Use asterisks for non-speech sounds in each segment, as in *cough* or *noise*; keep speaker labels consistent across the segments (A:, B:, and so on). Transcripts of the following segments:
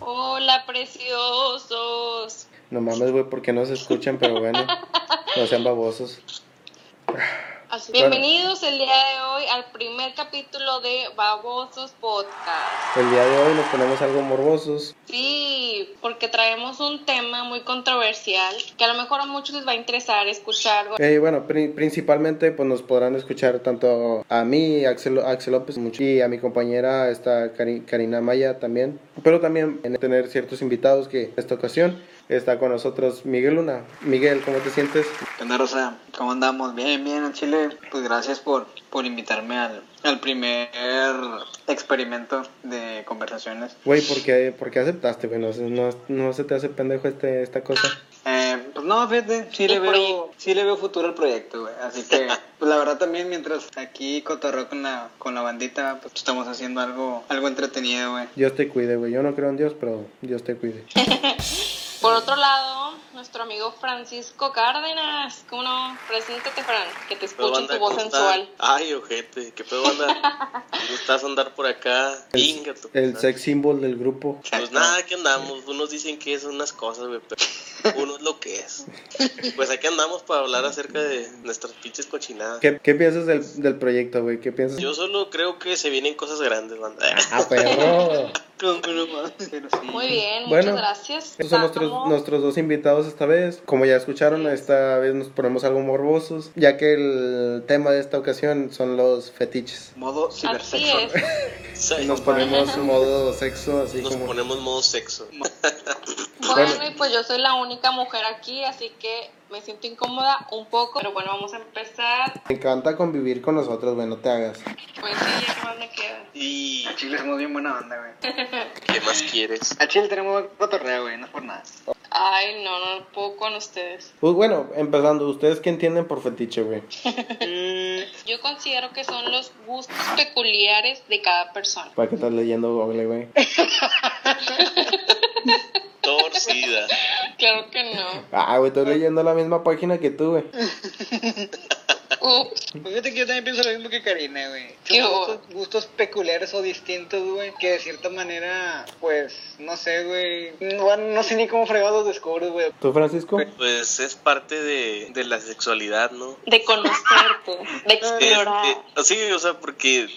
A: Hola, preciosos.
B: No mames, güey, porque no se escuchan, pero bueno, no sean babosos.
A: Así- Bienvenidos el día de hoy al primer capítulo de Babosos Podcast.
B: El día de hoy nos ponemos algo morbosos.
A: Sí, porque traemos un tema muy controversial que a lo mejor a muchos les va a interesar escuchar.
B: Eh, bueno, pri- principalmente pues nos podrán escuchar tanto a mí, Axel, Axel López, mucho, y a mi compañera está Cari- Karina Maya también. Pero también en tener ciertos invitados que en esta ocasión está con nosotros Miguel Luna. Miguel, ¿cómo te sientes?
C: ¿Qué onda, Rosa? ¿Cómo andamos? Bien, bien, en Chile. Pues gracias por, por invitarme al, al primer experimento de conversaciones.
B: Güey, ¿por qué, por qué aceptaste? güey? No, se- no, no se te hace pendejo este, esta cosa.
C: Eh, pues no, fíjate, sí le,
A: El
C: veo,
A: proyecto.
C: sí le veo futuro al proyecto, güey. Así
A: *laughs*
C: que, pues la verdad también, mientras aquí cotorreo con la, con la bandita, pues estamos haciendo algo, algo entretenido, güey.
B: Dios te cuide, güey. Yo no creo en Dios, pero Dios te cuide.
A: Por otro lado, nuestro amigo Francisco Cárdenas. ¿Cómo no? Preséntate, Fran, que te
D: pedo,
A: escuchen
D: banda?
A: tu voz
D: ¿Cómo están?
A: sensual.
D: Ay, ojete, qué
A: *laughs*
D: pedo banda. Me gustas andar por acá. Venga, tu
B: El
D: madre.
B: sex symbol del grupo.
D: Pues nada, que andamos. Unos dicen que es unas cosas, güey, pero uno es lo que es. Pues aquí andamos para hablar acerca de nuestras pinches cochinadas.
B: ¿Qué, qué piensas del, del proyecto, güey? ¿Qué piensas?
D: Yo solo creo que se vienen cosas grandes, banda. *laughs*
A: *laughs*
B: Ah, perro.
C: Pero sí.
A: Muy bien,
B: Bueno,
A: muchas gracias.
B: Estos son nuestros,
A: Vamos.
B: nuestros dos invitados esta vez. Como ya escucharon, esta vez nos ponemos algo morbosos, ya que el tema de esta ocasión son los fetiches.
C: Modo
A: Así
C: cibersexual.
A: es.
D: Sí,
A: *laughs*
B: Nos ponemos modo sexo, así
D: Nos
B: como...
D: ponemos modo sexo.
A: Bueno,
B: Bueno.
A: y pues yo soy la única mujer aquí, así que me siento incómoda un poco, pero bueno, vamos a empezar.
B: Me encanta convivir con nosotros, güey, no te hagas.
A: Pues sí, ya que más me queda.
D: ¿Y
C: A Chile somos bien buena onda, güey.
D: qué más quieres?
C: A Chile tenemos buen cotorreo, güey, no es por nada.
A: Ay, no, no puedo con ustedes.
B: Pues bueno, empezando, ¿ustedes qué entienden por fetiche, güey?
A: Yo considero que son los gustos peculiares de cada persona.
B: ¿Para qué estás leyendo
A: *laughs*
B: Google, güey?
D: Torcida.
A: Claro que no.
B: Ah, güey, estoy leyendo la misma página que tú, güey.
A: Ups,
C: Pues fíjate que yo también pienso lo mismo que Karina, güey.
A: ¿Qué
C: Son
A: hubo?
C: gustos, gustos peculiares o distintos, güey, que de cierta manera, pues, no sé, güey. No, no sé ni cómo fregados los descubres, güey.
B: ¿Tú,
D: *laughs*
B: Francisco?
D: Pues es parte de, de la sexualidad, ¿no?
A: de conocerte, de explorar.
D: Este, sí, o sea, porque,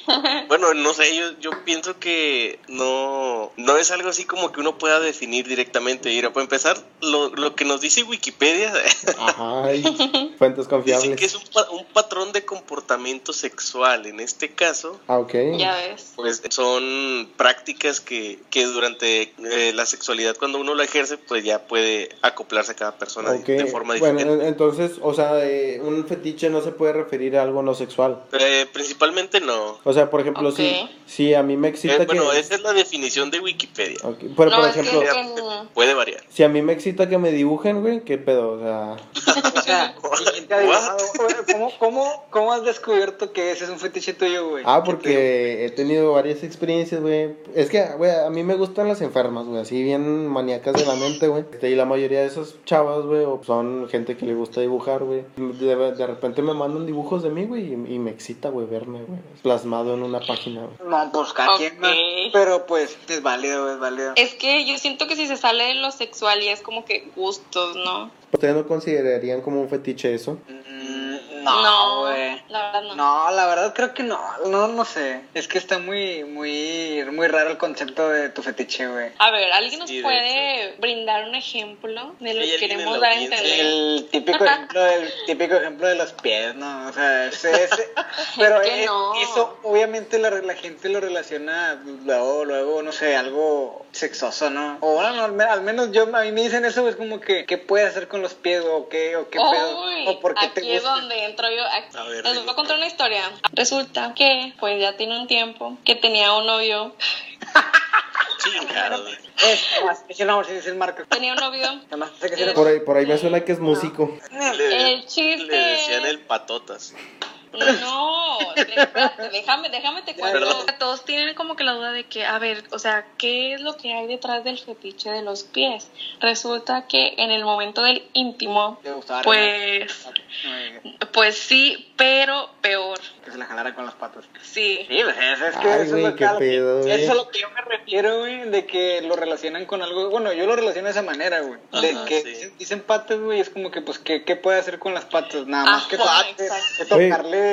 D: bueno, no sé, yo, yo pienso que no, no es algo así como que uno pueda definir directamente. Mira, para empezar, lo, lo que nos dice Wikipedia, *laughs*
B: Ajá, y fuentes
D: dice que
B: confiables.
D: es un, pa- un patrón de comportamiento sexual. En este caso,
B: Ah, ok.
A: Ya ves.
D: pues son prácticas que, que durante eh, la sexualidad, cuando uno la ejerce, pues ya puede acoplarse a cada persona de-
B: Ok,
D: de forma
B: Bueno, eh,
D: diferente.
B: en- entonces, o sea, eh, un fetiche no se puede referir a algo no sexual.
D: Eh, principalmente no.
B: O sea, por ejemplo,
A: Ok.
B: si, si a mí me
D: Eh,
B: excita
D: bueno,
B: que...
D: esa es la definición de Wikipedia.
B: Ok, Pero,
A: No,
B: por
A: es que-
B: ejemplo,
A: Mm.
D: Puede variar.
B: si a mí me excita que me dibujen, güey, ¿qué pedo? O sea, ah,
C: O
A: *laughs*
C: sea, *laughs* ¿y quién te ha dibujado? Güey, ¿Cómo, cómo, ¿Cómo has descubierto que ese es un fetiche tuyo, güey?
B: ah, porque he tenido varias experiencias, güey. Es que, güey, a mí me gustan las enfermas, güey, así bien maníacas de la mente, güey. Este, y la mayoría de esas chavas, güey, o son gente que le gusta dibujar, güey. De, de repente me mandan dibujos de mí, güey, y, y me excita, güey, verme, güey, plasmado en una página, güey.
C: No, pues cada quien, ¿no?
A: Ok. Eh,
C: Pero pues, es válido, güey, es válido.
A: Es que yo siento que si se sale de lo sexual y es como que gustos, ¿no?
B: ¿Ustedes no considerarían como un fetiche eso?
C: Mm, No, güey.
A: la verdad no.
C: No, la verdad creo que no, no, no sé. Es que está muy, muy, muy raro el concepto de tu fetiche, güey.
A: A ver, ¿alguien nos
D: Sí, de
A: puede brindar un ejemplo de lo
D: Sí,
A: que
D: alguien en
A: queremos
D: la
A: dar a
D: audiencia.
A: entender?
C: El típico ejemplo del típico ejemplo de los pies, ¿no? O sea, ese, ese- pero
A: *laughs* Es que
C: eh,
A: no.
C: eso obviamente la, la gente lo relaciona luego, luego, no sé, algo sexoso, ¿no? O bueno, al, me- al menos yo, a mí me dicen eso, es como que, ¿qué puedes hacer con los pies? ¿O qué, o qué
A: Uy,
C: pedo? ¿O por qué te
A: aquí es
C: gusta?
A: donde entro yo. Aquí-
D: A ver,
A: Les
D: dime.
A: voy a contar una historia. Resulta que, pues ya tiene un tiempo, que tenía un novio.
D: Chingado, güey.
C: Es más, es el nombre, es el marco.
A: Tenía un
C: *laughs*
A: novio.
C: Además, sé que
A: Pues,
C: sí lo-
B: Por ahí, por ahí me suena que es músico.
D: Le,
A: El chiste
D: le decían
A: es-
D: el patotas.
A: No, espérate, déjame, déjame te cuento. Todos tienen como que la duda de que, a ver, o sea, ¿qué es lo que hay detrás del fetiche de los pies? Resulta que en el momento del íntimo,
C: ¿Te gustaba?
A: pues, pues sí, pero peor.
C: Que se la jalara con las patas.
A: Sí.
C: Sí, pues, es, es que
B: Ay,
C: eso,
B: güey,
C: es lo que,
B: qué pedo, güey.
C: eso es a lo que yo me refiero, güey, de que lo relacionan con algo. Bueno, yo lo relaciono de esa manera, güey. De
D: Ajá,
C: que
D: sí.
C: dicen, dicen patas, güey, es como que, pues, ¿qué, qué puede hacer con las patas? Nada más que,
A: Ajá,
C: tocarle-
A: exacto.
C: que tocarle. tocarle ahí.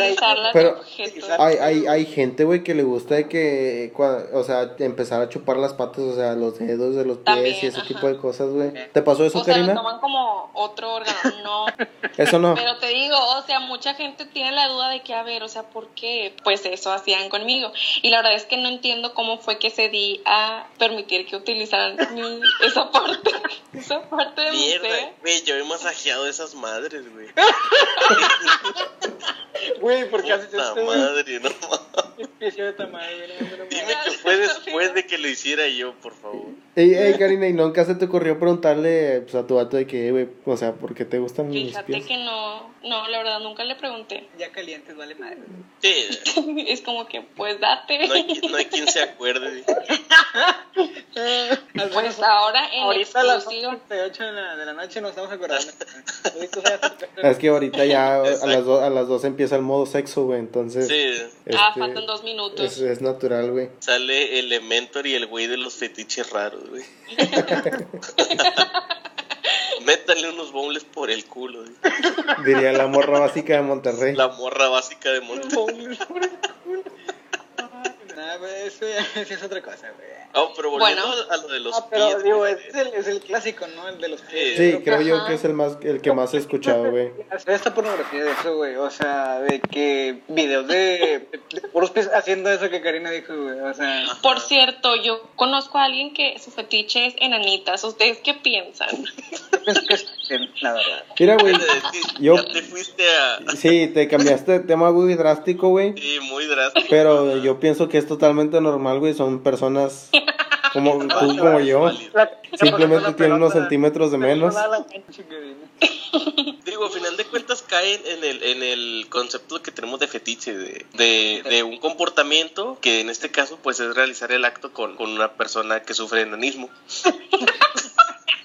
A: Utilizarlas de
B: Pero-
A: objeto.
C: Utilizar-
B: Hay, hay, hay gente, güey, que le gusta de que, cua- o sea, empezar a chupar las patas, o sea, los dedos de los pies
A: También,
B: y ese
A: ajá.
B: tipo de cosas, güey.
C: Ok.
B: ¿Te pasó eso,
A: O sea, lo
B: Karina?
A: toman como otro órgano. No.
B: Eso no.
A: Pero te digo, o sea, mucha gente tiene la duda de que, a ver, o sea, ¿por qué? Pues eso hacían conmigo. Y la verdad es que no entiendo cómo fue que cedí a permitir que utilizaran mi, esa parte, *laughs* esa parte de mi
D: Mierda,
A: ser.
D: güey, yo he masajeado esas madres, güey.
C: Güey, porque haces
D: Puta
C: esto, *laughs* güey.
D: madre, no mames.
C: Qué especie de tamal, güey, no, no, no, no.
D: Dime que fue después de que lo hiciera yo, por favor.
B: Ey, ey, Karina, ¿y nunca se te ocurrió preguntarle pues, a tu vato de que, güey, o sea, ¿por qué te gustan mis
A: Fíjate
B: pies?
A: que no, no, la verdad nunca le pregunté. *laughs*
C: Ya calientes, vale
D: *laughs*
C: madre.
D: Sí,
A: Es como que, pues date.
D: no hay,
A: *laughs*
D: qui- no hay quien se acuerde. güey.
C: Al menos
A: Pues ahora en
C: Ahorita a las
A: exclusiva.
C: 8 de la, de la noche nos estamos
D: *laughs*
C: acordando. Ahorita, o
B: *laughs*
C: sea,
B: Es que
A: *laughs*
B: ahorita ya a
D: Exacto.
B: las, do- a las dos empieza el modo sexo, güey, entonces
D: Sí,
A: Ah,
B: este,
A: faltan dos minutos.
B: es, es natural, güey.
D: sale Elementor y el güey de los fetiches raros, güey. Métanle unos bowls por el culo, güey.
B: Diría la morra básica de Monterrey.
D: La morra básica de Monte.
C: Nah, güey, eso ya- *laughs* eso es otra cosa, güey.
D: Oh, pero volviendo
A: Bueno.
D: a lo de los
C: Ah, pero
D: pies.
C: digo,
D: güey.
C: es el, es el clásico, ¿no? El de los pies.
B: Sí, creo yo
A: Ajá.
B: que es el más el que más he escuchado, güey.
C: Hacer esta pornografía de eso, güey. O sea, de que videos de, de puros pies haciendo eso que Karina dijo, güey. O sea,
A: Por cierto, yo conozco a alguien que su fetiche es enanitas. ¿Ustedes qué piensan?
C: yo pienso que es bien, la verdad.
B: Mira, güey,
D: Es decir,
B: Yo-
D: Ya te fuiste a.
B: sí, te cambiaste de tema muy drástico, güey.
D: Sí, muy drástico.
B: Pero yo pienso que es totalmente normal, güey. Son personas como tú,
D: Vale,
B: como
D: vale,
B: yo.
D: vale.
B: Simplemente tienen unos centímetros de menos.
D: Digo, a final de cuentas caen en el, en el concepto que tenemos de fetiche, de, de, de un comportamiento que en este caso pues es realizar el acto con, con una persona que sufre de enanismo.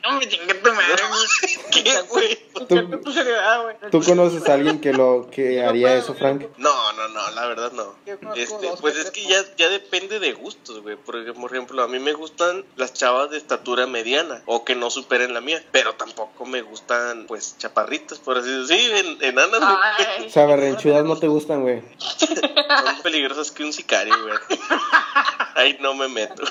C: No me chingué tu madre,
D: ¿Qué, güey?
C: güey. Tu seriedad, ah, güey.
B: ¿Tú conoces a alguien que lo que
C: no
B: haría
C: puedo,
B: eso,
C: yo
B: Frank?
D: No, no, no, la verdad no.
C: Yo conozco
D: Este,
C: dos
D: pues
C: que
D: es
C: tres,
D: que ya, ya depende de gustos, güey. Porque, por ejemplo, a mí me gustan las chavas de estatura mediana o que no superen la mía. Pero tampoco me gustan, pues, chaparritas, por así decirlo. Sí, en, enanas güey,
B: O
A: Ay,
B: sea, berrinchudas no te gustan, güey.
D: son peligrosas que un sicario, güey. Ahí no me meto.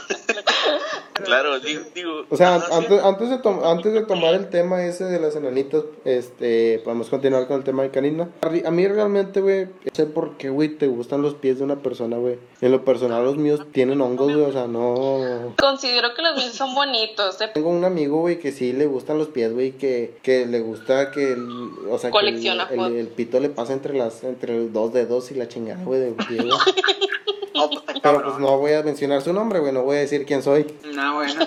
D: claro, digo, digo,
B: O sea, an-
D: ajá, sí.
B: antes, antes, de tom- antes de tomar el tema ese de las enanitas, este, podemos continuar con el tema de Karina. A ri- A mí realmente, güey, sé por qué, güey, te gustan los pies de una persona, güey. En lo personal, los míos tienen hongos, güey, o sea, no...
A: Considero que los míos son bonitos. de-
B: Tengo un amigo, güey, que sí le gustan los pies, güey, que, que le gusta que el, o sea, que el,
A: Colecciona
B: el-
A: fotos.
B: el pito le pasa entre las entre los dos dedos y la chingada, güey, de pie, güey.
C: No, pues, está
B: Pero pues
C: cabrón.
B: no voy a mencionar su nombre, güey, no voy a decir quién soy.
C: No, bueno.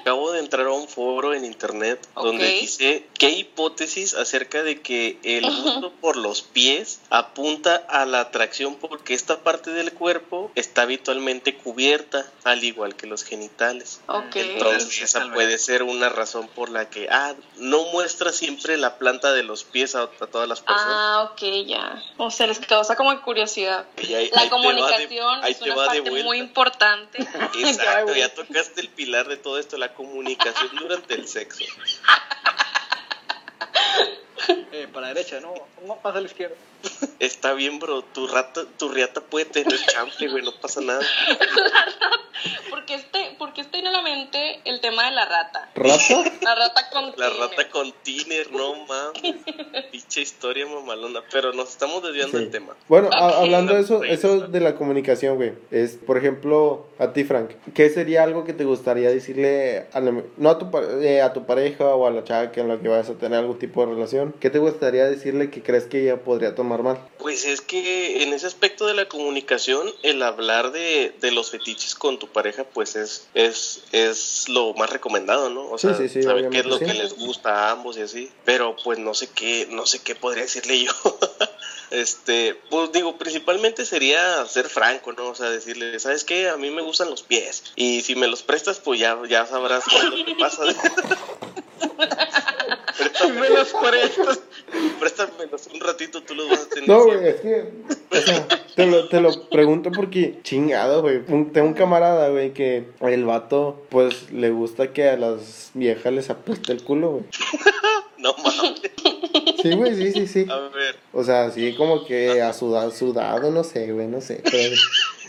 D: Acabo de entrar a un foro en internet
A: Ok.
D: donde dice qué hipótesis acerca de que el gusto por los pies apunta a la atracción porque esta parte del cuerpo está habitualmente cubierta, al igual que los genitales.
A: Ok.
D: Entonces
C: Tal
D: esa
C: vez.
D: puede ser una razón por la que ah, no muestra siempre la planta de los pies a, a todas las personas.
A: Ah, ok, ya. O sea, les causa como curiosidad.
D: Y Pues ahí-
A: La
D: ahí te va de-
A: comunicación
D: ahí
A: es
D: te
A: una
D: va de
A: parte
D: vuelta.
A: muy importante.
D: Exacto,
C: güey.
D: ya tocaste el pilar de todo esto, la comunicación durante el sexo.
C: Eh, para la derecha, no. No pasa a la izquierda.
D: Está bien, bro. Tu rata, tu riata puede tener chample, güey. No pasa nada.
A: Porque este, porque este viene a la mente el tema de la rata.
B: ¿Rata?
A: La rata con
D: La
A: tiner.
D: rata con tiner, no mames. Picha historia mamalona. Pero nos estamos desviando
B: Sí.
D: del tema.
B: Bueno, a-
A: Ok.
B: hablando de eso, eso de la comunicación, güey. Es, por ejemplo, a ti, Frank, ¿qué sería algo que te gustaría decirle, a la- no a tu, pa- eh, a tu pareja o a la chava que en la que vayas a tener algún tipo de relación? ¿Qué te gustaría decirle que crees que ella podría tomar mal?
D: Pues es que en ese aspecto de la comunicación, el hablar de, de los fetiches con tu pareja, pues es, es, es lo más recomendado, ¿no? O
B: Sí,
D: sea,
B: sí, sí,
D: saber qué es
B: obviamente,
D: lo
B: sí.
D: que les gusta a ambos y así. Pero pues no sé qué, no sé qué podría decirle yo. *laughs* Este, pues digo, principalmente sería ser franco, ¿no? O sea, decirle, ¿sabes qué? A mí me gustan los pies. Y si me los prestas, pues ya, ya sabrás qué es lo que pasa.
B: *laughs*
C: Me los
D: *laughs*
C: prestas.
D: Préstamelos un ratito, tú los vas a tener.
B: No, güey,
D: siempre.
B: es que. o sea, te lo, te lo pregunto porque chingado, güey. Un- tengo un camarada, güey, que el vato, pues le gusta que a las viejas les apueste el culo, güey.
D: No mames.
B: Sí, güey, sí, sí, sí.
D: A ver.
B: O sea, así como que a sudado, sudado, no sé, güey, no sé. Pero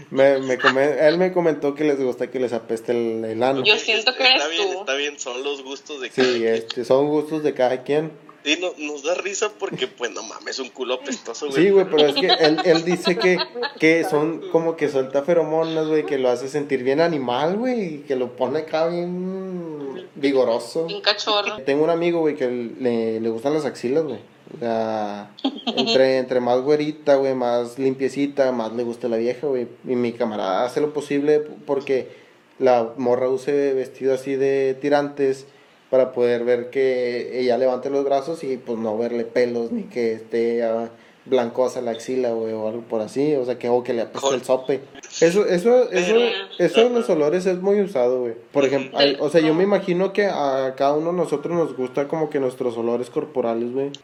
B: me, me come- él me comentó que les gusta que les apeste el, el ano.
A: Yo siento que
D: está
A: eres
D: bien,
A: tú.
D: Está bien, son los gustos de cada
B: Sí, este, son gustos de cada quien.
D: Y no- nos da risa porque, pues, no mames, un culo apestoso, güey.
B: Sí, güey, pero es que él, él dice que, que son como que suelta feromonas, güey, que lo hace sentir bien animal, güey, y que lo pone acá bien vigoroso.
A: Un cachorro.
B: Tengo un amigo, güey, que le, le gustan las axilas, güey. O sea, entre, entre más güerita, güey, más limpiecita, más le gusta la vieja, güey. Y mi camarada hace lo posible porque la morra use vestido así de tirantes para poder ver que ella levante los brazos y pues no verle pelos ni que esté ah, blancosa la axila, güey, o algo por así. O sea, que, o que le apeste el sope. Eso, eso, eso, eso de los olores es muy usado, güey. Por ejemplo, hay- o sea, yo me imagino que a cada uno de nosotros nos gusta como que nuestros olores corporales, güey.
D: Sí,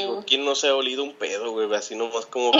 D: digo,
A: Mm,
D: ¿Quién no se ha olido un pedo, güey? Así nomás
A: *laughs*
D: como que,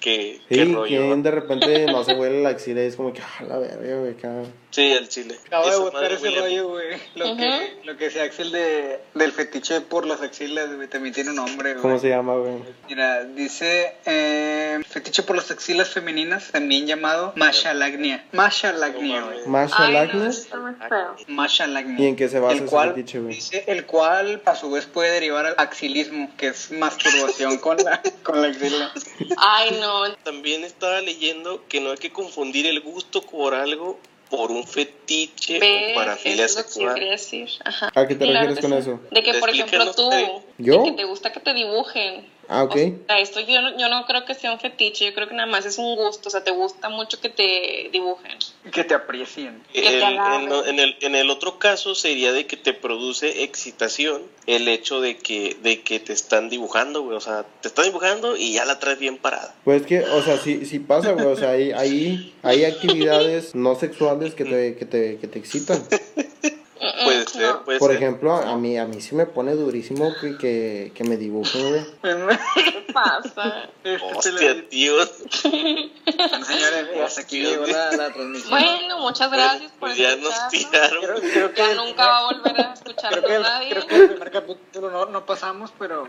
D: que,
B: Sí,
D: qué rollo.
B: quien
D: ¿no?
B: de repente *laughs* no se huele la axila y es como que, ah, la verga, güey, acá.
D: Sí, el chile.
C: Acabo de
D: Esa
C: botar
D: madre
C: ese
D: huele a-
C: rollo, güey. Lo, que, lo que decía Axel de, del fetiche por las axilas, güey, también tiene un nombre, güey.
B: ¿Cómo se llama, güey?
C: Mira, dice eh, fetiche por las axilas femeninas, también llamado mashalagnia. Mashalagnia,
D: No
C: güey.
D: mames.
B: ¿Más
A: Ay, no,
B: shellacne?
A: está muy
D: Ah.
A: feo.
C: Mashalagnia.
B: ¿Y en qué se basa
C: El
B: ese
C: cual,
B: fetiche, güey?
C: dice, el cual a su vez puede derivar al axilismo, que es masturbación con la, *laughs* con la axila.
A: Ay,
D: *laughs*
A: no.
D: También estaba leyendo que no hay que confundir el gusto por algo por un fetiche
A: ¿Ves?
D: o parafilia
A: Eso es lo que yo
D: sexual.
A: quería decir. Ajá.
B: ¿A qué te
A: Claro
B: refieres
A: que
B: con
A: sí.
B: eso?
A: De que, por ejemplo,
D: Explícanos,
A: tú.
D: eh.
B: ¿Yo?
A: de que te gusta que te dibujen.
B: Ah, ok.
A: O sea, esto yo no, yo no creo que sea un fetiche, yo creo que nada más es un gusto, o sea, te gusta mucho que te dibujen.
C: Que te aprecien.
A: te
D: El- en,
A: alaben.
D: en el, en el otro caso sería de que te produce excitación el hecho de que, de que te están dibujando, güey. O sea, te están dibujando y ya la traes bien parada.
B: Pues es que, o sea, sí, sí pasa, güey. O sea, hay, hay, hay actividades no sexuales que te, que te, que te
D: *laughs*
B: excitan.
A: Mm,
D: Puede
A: no.
D: ser, puede
B: Por
D: ser.
B: ejemplo, a mí, a mí sí me pone durísimo que, que, que me dibujen, güey.
A: ¿Qué
D: *laughs*
A: pasa?
D: Hostia, tío.
C: Este, Señores, hasta aquí llegó la, la transmisión.
A: Bueno, muchas gracias por
D: Pues ya nos
A: escucharnos.
C: Creo-
D: tiraron.
C: creo que-
A: Ya nunca va a volver a
C: Creo
A: escucharnos
C: que, el,
A: nadie.
C: creo que el primer capítulo no, no pasamos, pero
B: No,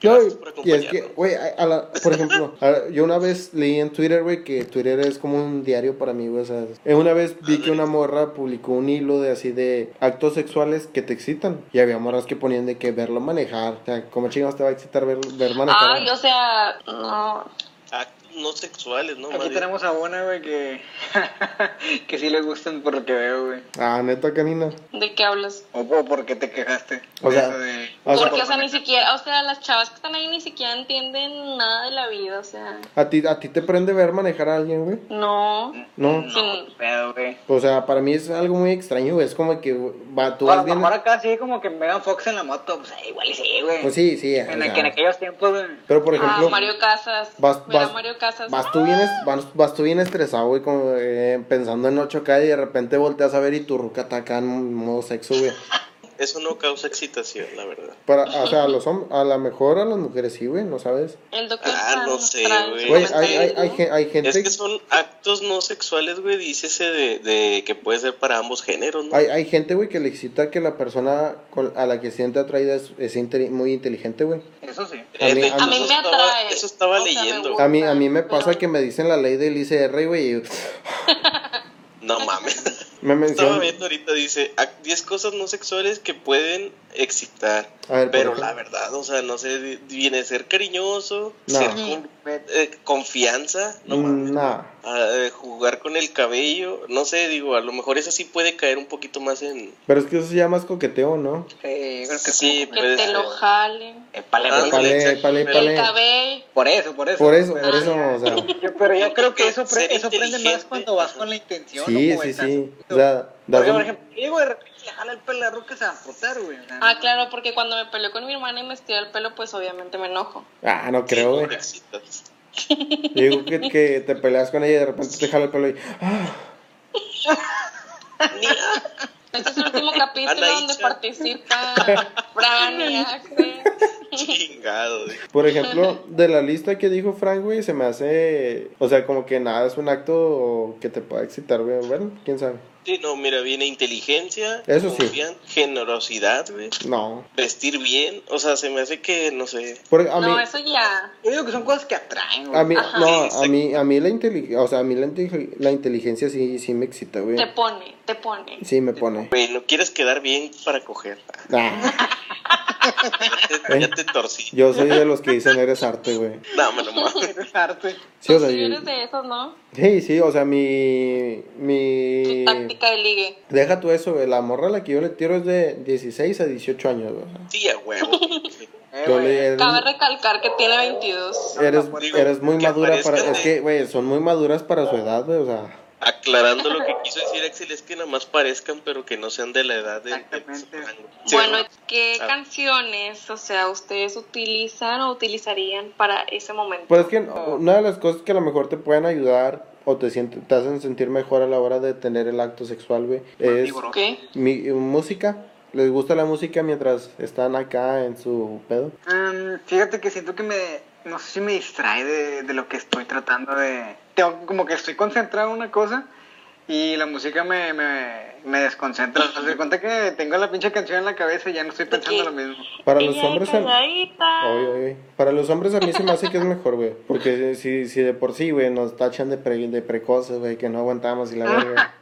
D: Gracias por
B: y es que,
D: acompañarnos.
B: güey, a- a la- por ejemplo, a- yo una vez leí en Twitter, güey, que Twitter es como un diario para mí, güey, o sea, eh, una vez vi que una morra publicó un hilo de así de actos sexuales que te excitan, y había morras que ponían de que verlo manejar, o sea, como chingados te va a excitar ver, ver manejar?
A: Ay, o sea, no.
D: Actos no sexuales, ¿no?
C: aquí
D: Madre.
C: tenemos a una, güey, que, *laughs* que sí le gustan por lo que veo, güey.
B: Ah, neta, canina.
A: ¿De qué hablas?
C: O, o porque te quejaste.
B: O
C: de
B: sea,
C: eso de-
B: Ah, O sea,
A: Porque, o sea, ni siquiera, o sea, las chavas que están ahí ni siquiera entienden nada de la vida, o sea,
B: ¿a ti, a ti te prende ver manejar a alguien, güey?
A: no.
B: No.
A: Sí.
C: pedo, güey.
B: O sea, para mí es algo muy extraño, güey, es como que, güey, va, tú vas
C: Bueno, a lo
B: bien...
C: mejor acá sí, como que Megan Fox en la moto, pues eh, igual y sí, güey.
B: Pues sí, sí, o
C: En, aqu-
B: sea,
C: en aquellos tiempos, güey.
B: pero por ejemplo...
A: ah, Mario Casas.
B: Vas,
A: Mira,
B: vas-
A: Mario Casas.
B: vas tú bien, es- vas, vas tú bien estresado, güey, como, eh, pensando en 8K y de repente volteas a ver y tu ruca está acá en modo sexo, güey.
D: Eso no causa excitación, la verdad.
B: Para, o sea, a los hom- a lo mejor a las mujeres sí, güey, no sabes.
A: El doctor.
D: Ah,
A: Sano
D: no sé,
A: trae
D: güey.
A: sus
B: Güey, hay, hay,
A: comentarios,
B: hay,
A: ¿no?
B: gen- hay gente,
D: Es que son actos no sexuales, güey, dícese de, de que puede ser para ambos géneros, ¿no?
B: hay, hay gente, güey, que le excita que la persona con- a la que siente atraída es, es inte- muy inteligente, güey.
C: Eso sí.
B: a mí-
D: Eh, de hecho,
B: a
A: mí
D: eso
A: me
D: estaba-
A: atrae.
D: Eso estaba
A: O sea, me
D: leyendo.
A: gusta.
D: güey.
B: A mí, a mí me pasa que me dicen la ley del ICR, güey, y
D: No mames.
B: me
D: Estaba
B: mencionan...
D: viendo ahorita, dice, "Ac- 10 cosas no sexuales que pueden excitar.
B: A ver, por
D: Pero
B: ejemplo.
D: la verdad, o sea, no sé, di- viene ser cariñoso,
B: No. Mm,
D: ser con- eh, confianza, no mames.
B: Nah.
D: Ah, eh, jugar con el cabello, no sé, digo, a lo mejor eso sí puede caer un poquito más en...
B: Pero es que eso se llama coqueteo, ¿no?
C: Sí, yo creo que
D: Sí,
A: Que
D: puede
A: te
D: ser.
A: lo jalen.
C: Eh, pale,
D: Ah,
C: pale.
B: Palé,
D: vale.
B: palé,
D: Pero-
A: El
B: palé.
A: cabello.
C: Por eso, por eso.
B: Por eso,
C: Pero- Ah,
B: por
A: Ah.
B: eso, o sea...
C: Yo- pero yo creo que eso,
D: Ser
C: pre- eso prende más
D: inteligente.
C: cuando vas con la intención.
B: Sí,
C: ¿no, güey?
B: sí,
C: Estás-
B: sí. O sea, das
C: Porque, por
B: un-
C: ejemplo, yo llego de repente, jala el pelarro que se va a amputar, güey. O sea,
A: Ah,
C: no-
A: claro, porque cuando me peleó con mi hermana y me estiró el pelo, pues obviamente me enojo.
B: Ah, no creo, güey.
D: Pobrecitas.
B: Digo que, que te peleas con ella y de repente te jala el pelo y. ah,
D: Ni- ah,
A: Este es el
B: *laughs*
A: último capítulo
D: Ana
A: donde
D: Icha.
A: participan Fran y Axel.
D: *laughs* Chingado, güey.
B: Por
A: *laughs*
B: ejemplo, de la lista que dijo Frank, güey, se me hace. O sea, como que nada es un acto que te pueda excitar, güey. Bueno, quién sabe.
D: Sí, no, mira, viene inteligencia,
B: Eso sí.
D: confian- generosidad, güey,
B: No.
D: vestir bien, o sea, se me hace que, no sé,
B: Porque a mí.
A: No, eso ya.
C: Yo digo que son cosas que atraen, güey. Ah,
B: A mí,
A: Ajá.
B: no, a mí, a mí la inteligencia, o sea, a mí la, intel- la inteligencia sí, sí me excita, güey.
A: Te pone, te pone.
B: Sí me pone.
D: güey, no quieres quedar bien para coger,
B: Ah,
D: *laughs* ya te torcí,
B: yo soy de los que dicen eres arte, güey.
D: no, me lo mames.
C: Eres arte.
B: Sí, o sea,
A: Pues, si
B: yo-
A: eres de esos, ¿no?
B: sí, sí, o sea, mi,
A: Tu
B: mi,
A: táctica de ligue.
B: deja tú eso, güey, la morra a la que yo le tiro es de 16 a 18 años, güey.
D: Sí, a huevo.
C: Eh,
B: Yo
C: güey.
B: le- eres,
A: Cabe recalcar que tiene 22.
B: eres,
D: Digo,
B: eres muy
D: que
B: madura para,
D: aparezca
B: es
D: de-
B: que, güey, son muy maduras para su edad, güey, o sea.
D: Aclarando lo que quiso decir Axel es que nada más parezcan, pero que no sean de la edad de...
C: Exactamente.
A: Bueno, ¿qué
D: Ah.
A: canciones, o sea, ustedes utilizan o utilizarían para ese momento?
B: Pero Pues es que una de las cosas que a lo mejor te pueden ayudar o te, sienten- te hacen sentir mejor a la hora de tener el acto sexual, güey, es
C: Mandíbora.
A: ¿Qué?
B: mi, música. Les gusta la música mientras están acá en su pedo.
C: Mm, fíjate que siento que me. No sé si me distrae de, de lo que estoy tratando de. Tengo como que estoy concentrado en una cosa y la música me, me, me desconcentra. O sea, de cuenta que tengo la pinche canción en la cabeza y ya no estoy pensando lo mismo.
B: Para los
A: Ella
B: hombres, a-
A: calladita.
B: Oy, oy, oy. para los hombres a mí se me hace que es mejor, güey, porque si, si de por sí, güey, nos tachan de, pre- de precoces, güey, que no aguantamos y la verga.